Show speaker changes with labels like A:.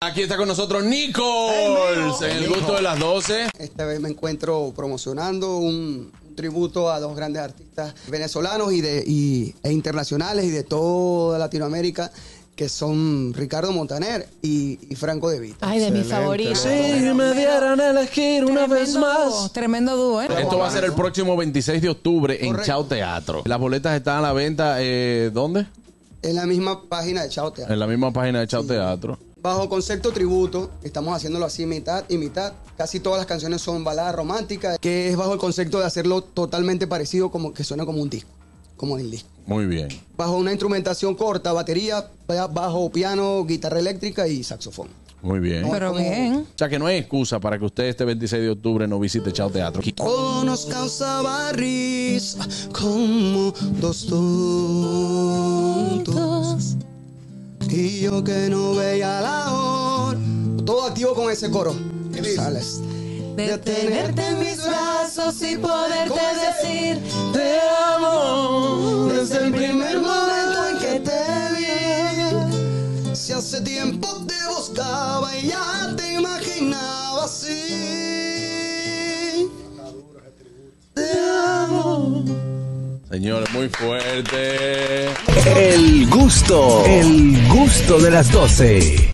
A: Aquí está con nosotros Nichols en el gusto de las 12.
B: Esta vez me encuentro promocionando un, un tributo a dos grandes artistas venezolanos y de, y- e internacionales y de toda Latinoamérica, que son Ricardo Montaner y, y Franco De Vita.
C: Ay, de mis favoritos. Pero,
D: dieran a elegir
C: pero, tremendo dúo, Tremendo dúo, ¿eh?
A: Esto va a ser el próximo 26 de octubre en
B: Correcto.
A: Chao Teatro. Las boletas están a la venta, eh, ¿dónde?
B: En la misma página de Chao Teatro.
A: En la misma página de Chao Teatro.
B: Bajo concepto tributo, estamos haciéndolo así mitad y mitad. Casi todas las canciones son baladas románticas, que es bajo el concepto de hacerlo totalmente parecido, como que suena como un disco, como el disco.
A: Muy bien.
B: Bajo una instrumentación corta, batería, ba- bajo, piano, guitarra eléctrica y saxofón.
A: Muy bien. O
B: No,
C: Pero
B: como-
C: bien.
A: sea que no hay excusa para que usted este 26 de octubre no visite Chao Teatro.
B: Todo nos causaba risa como dos tontos. Y yo que no veía la hora. Todo activo con ese coro. Sales.
C: De tenerte en mis brazos y poderte
B: ¿Cómo es?
C: decir
B: Te amo desde el primer momento en que te vi. Si hace tiempo te buscaba y ya te imaginaba así. Te amo.
A: Señores, muy fuerte.
D: El gusto, el gusto de las 12.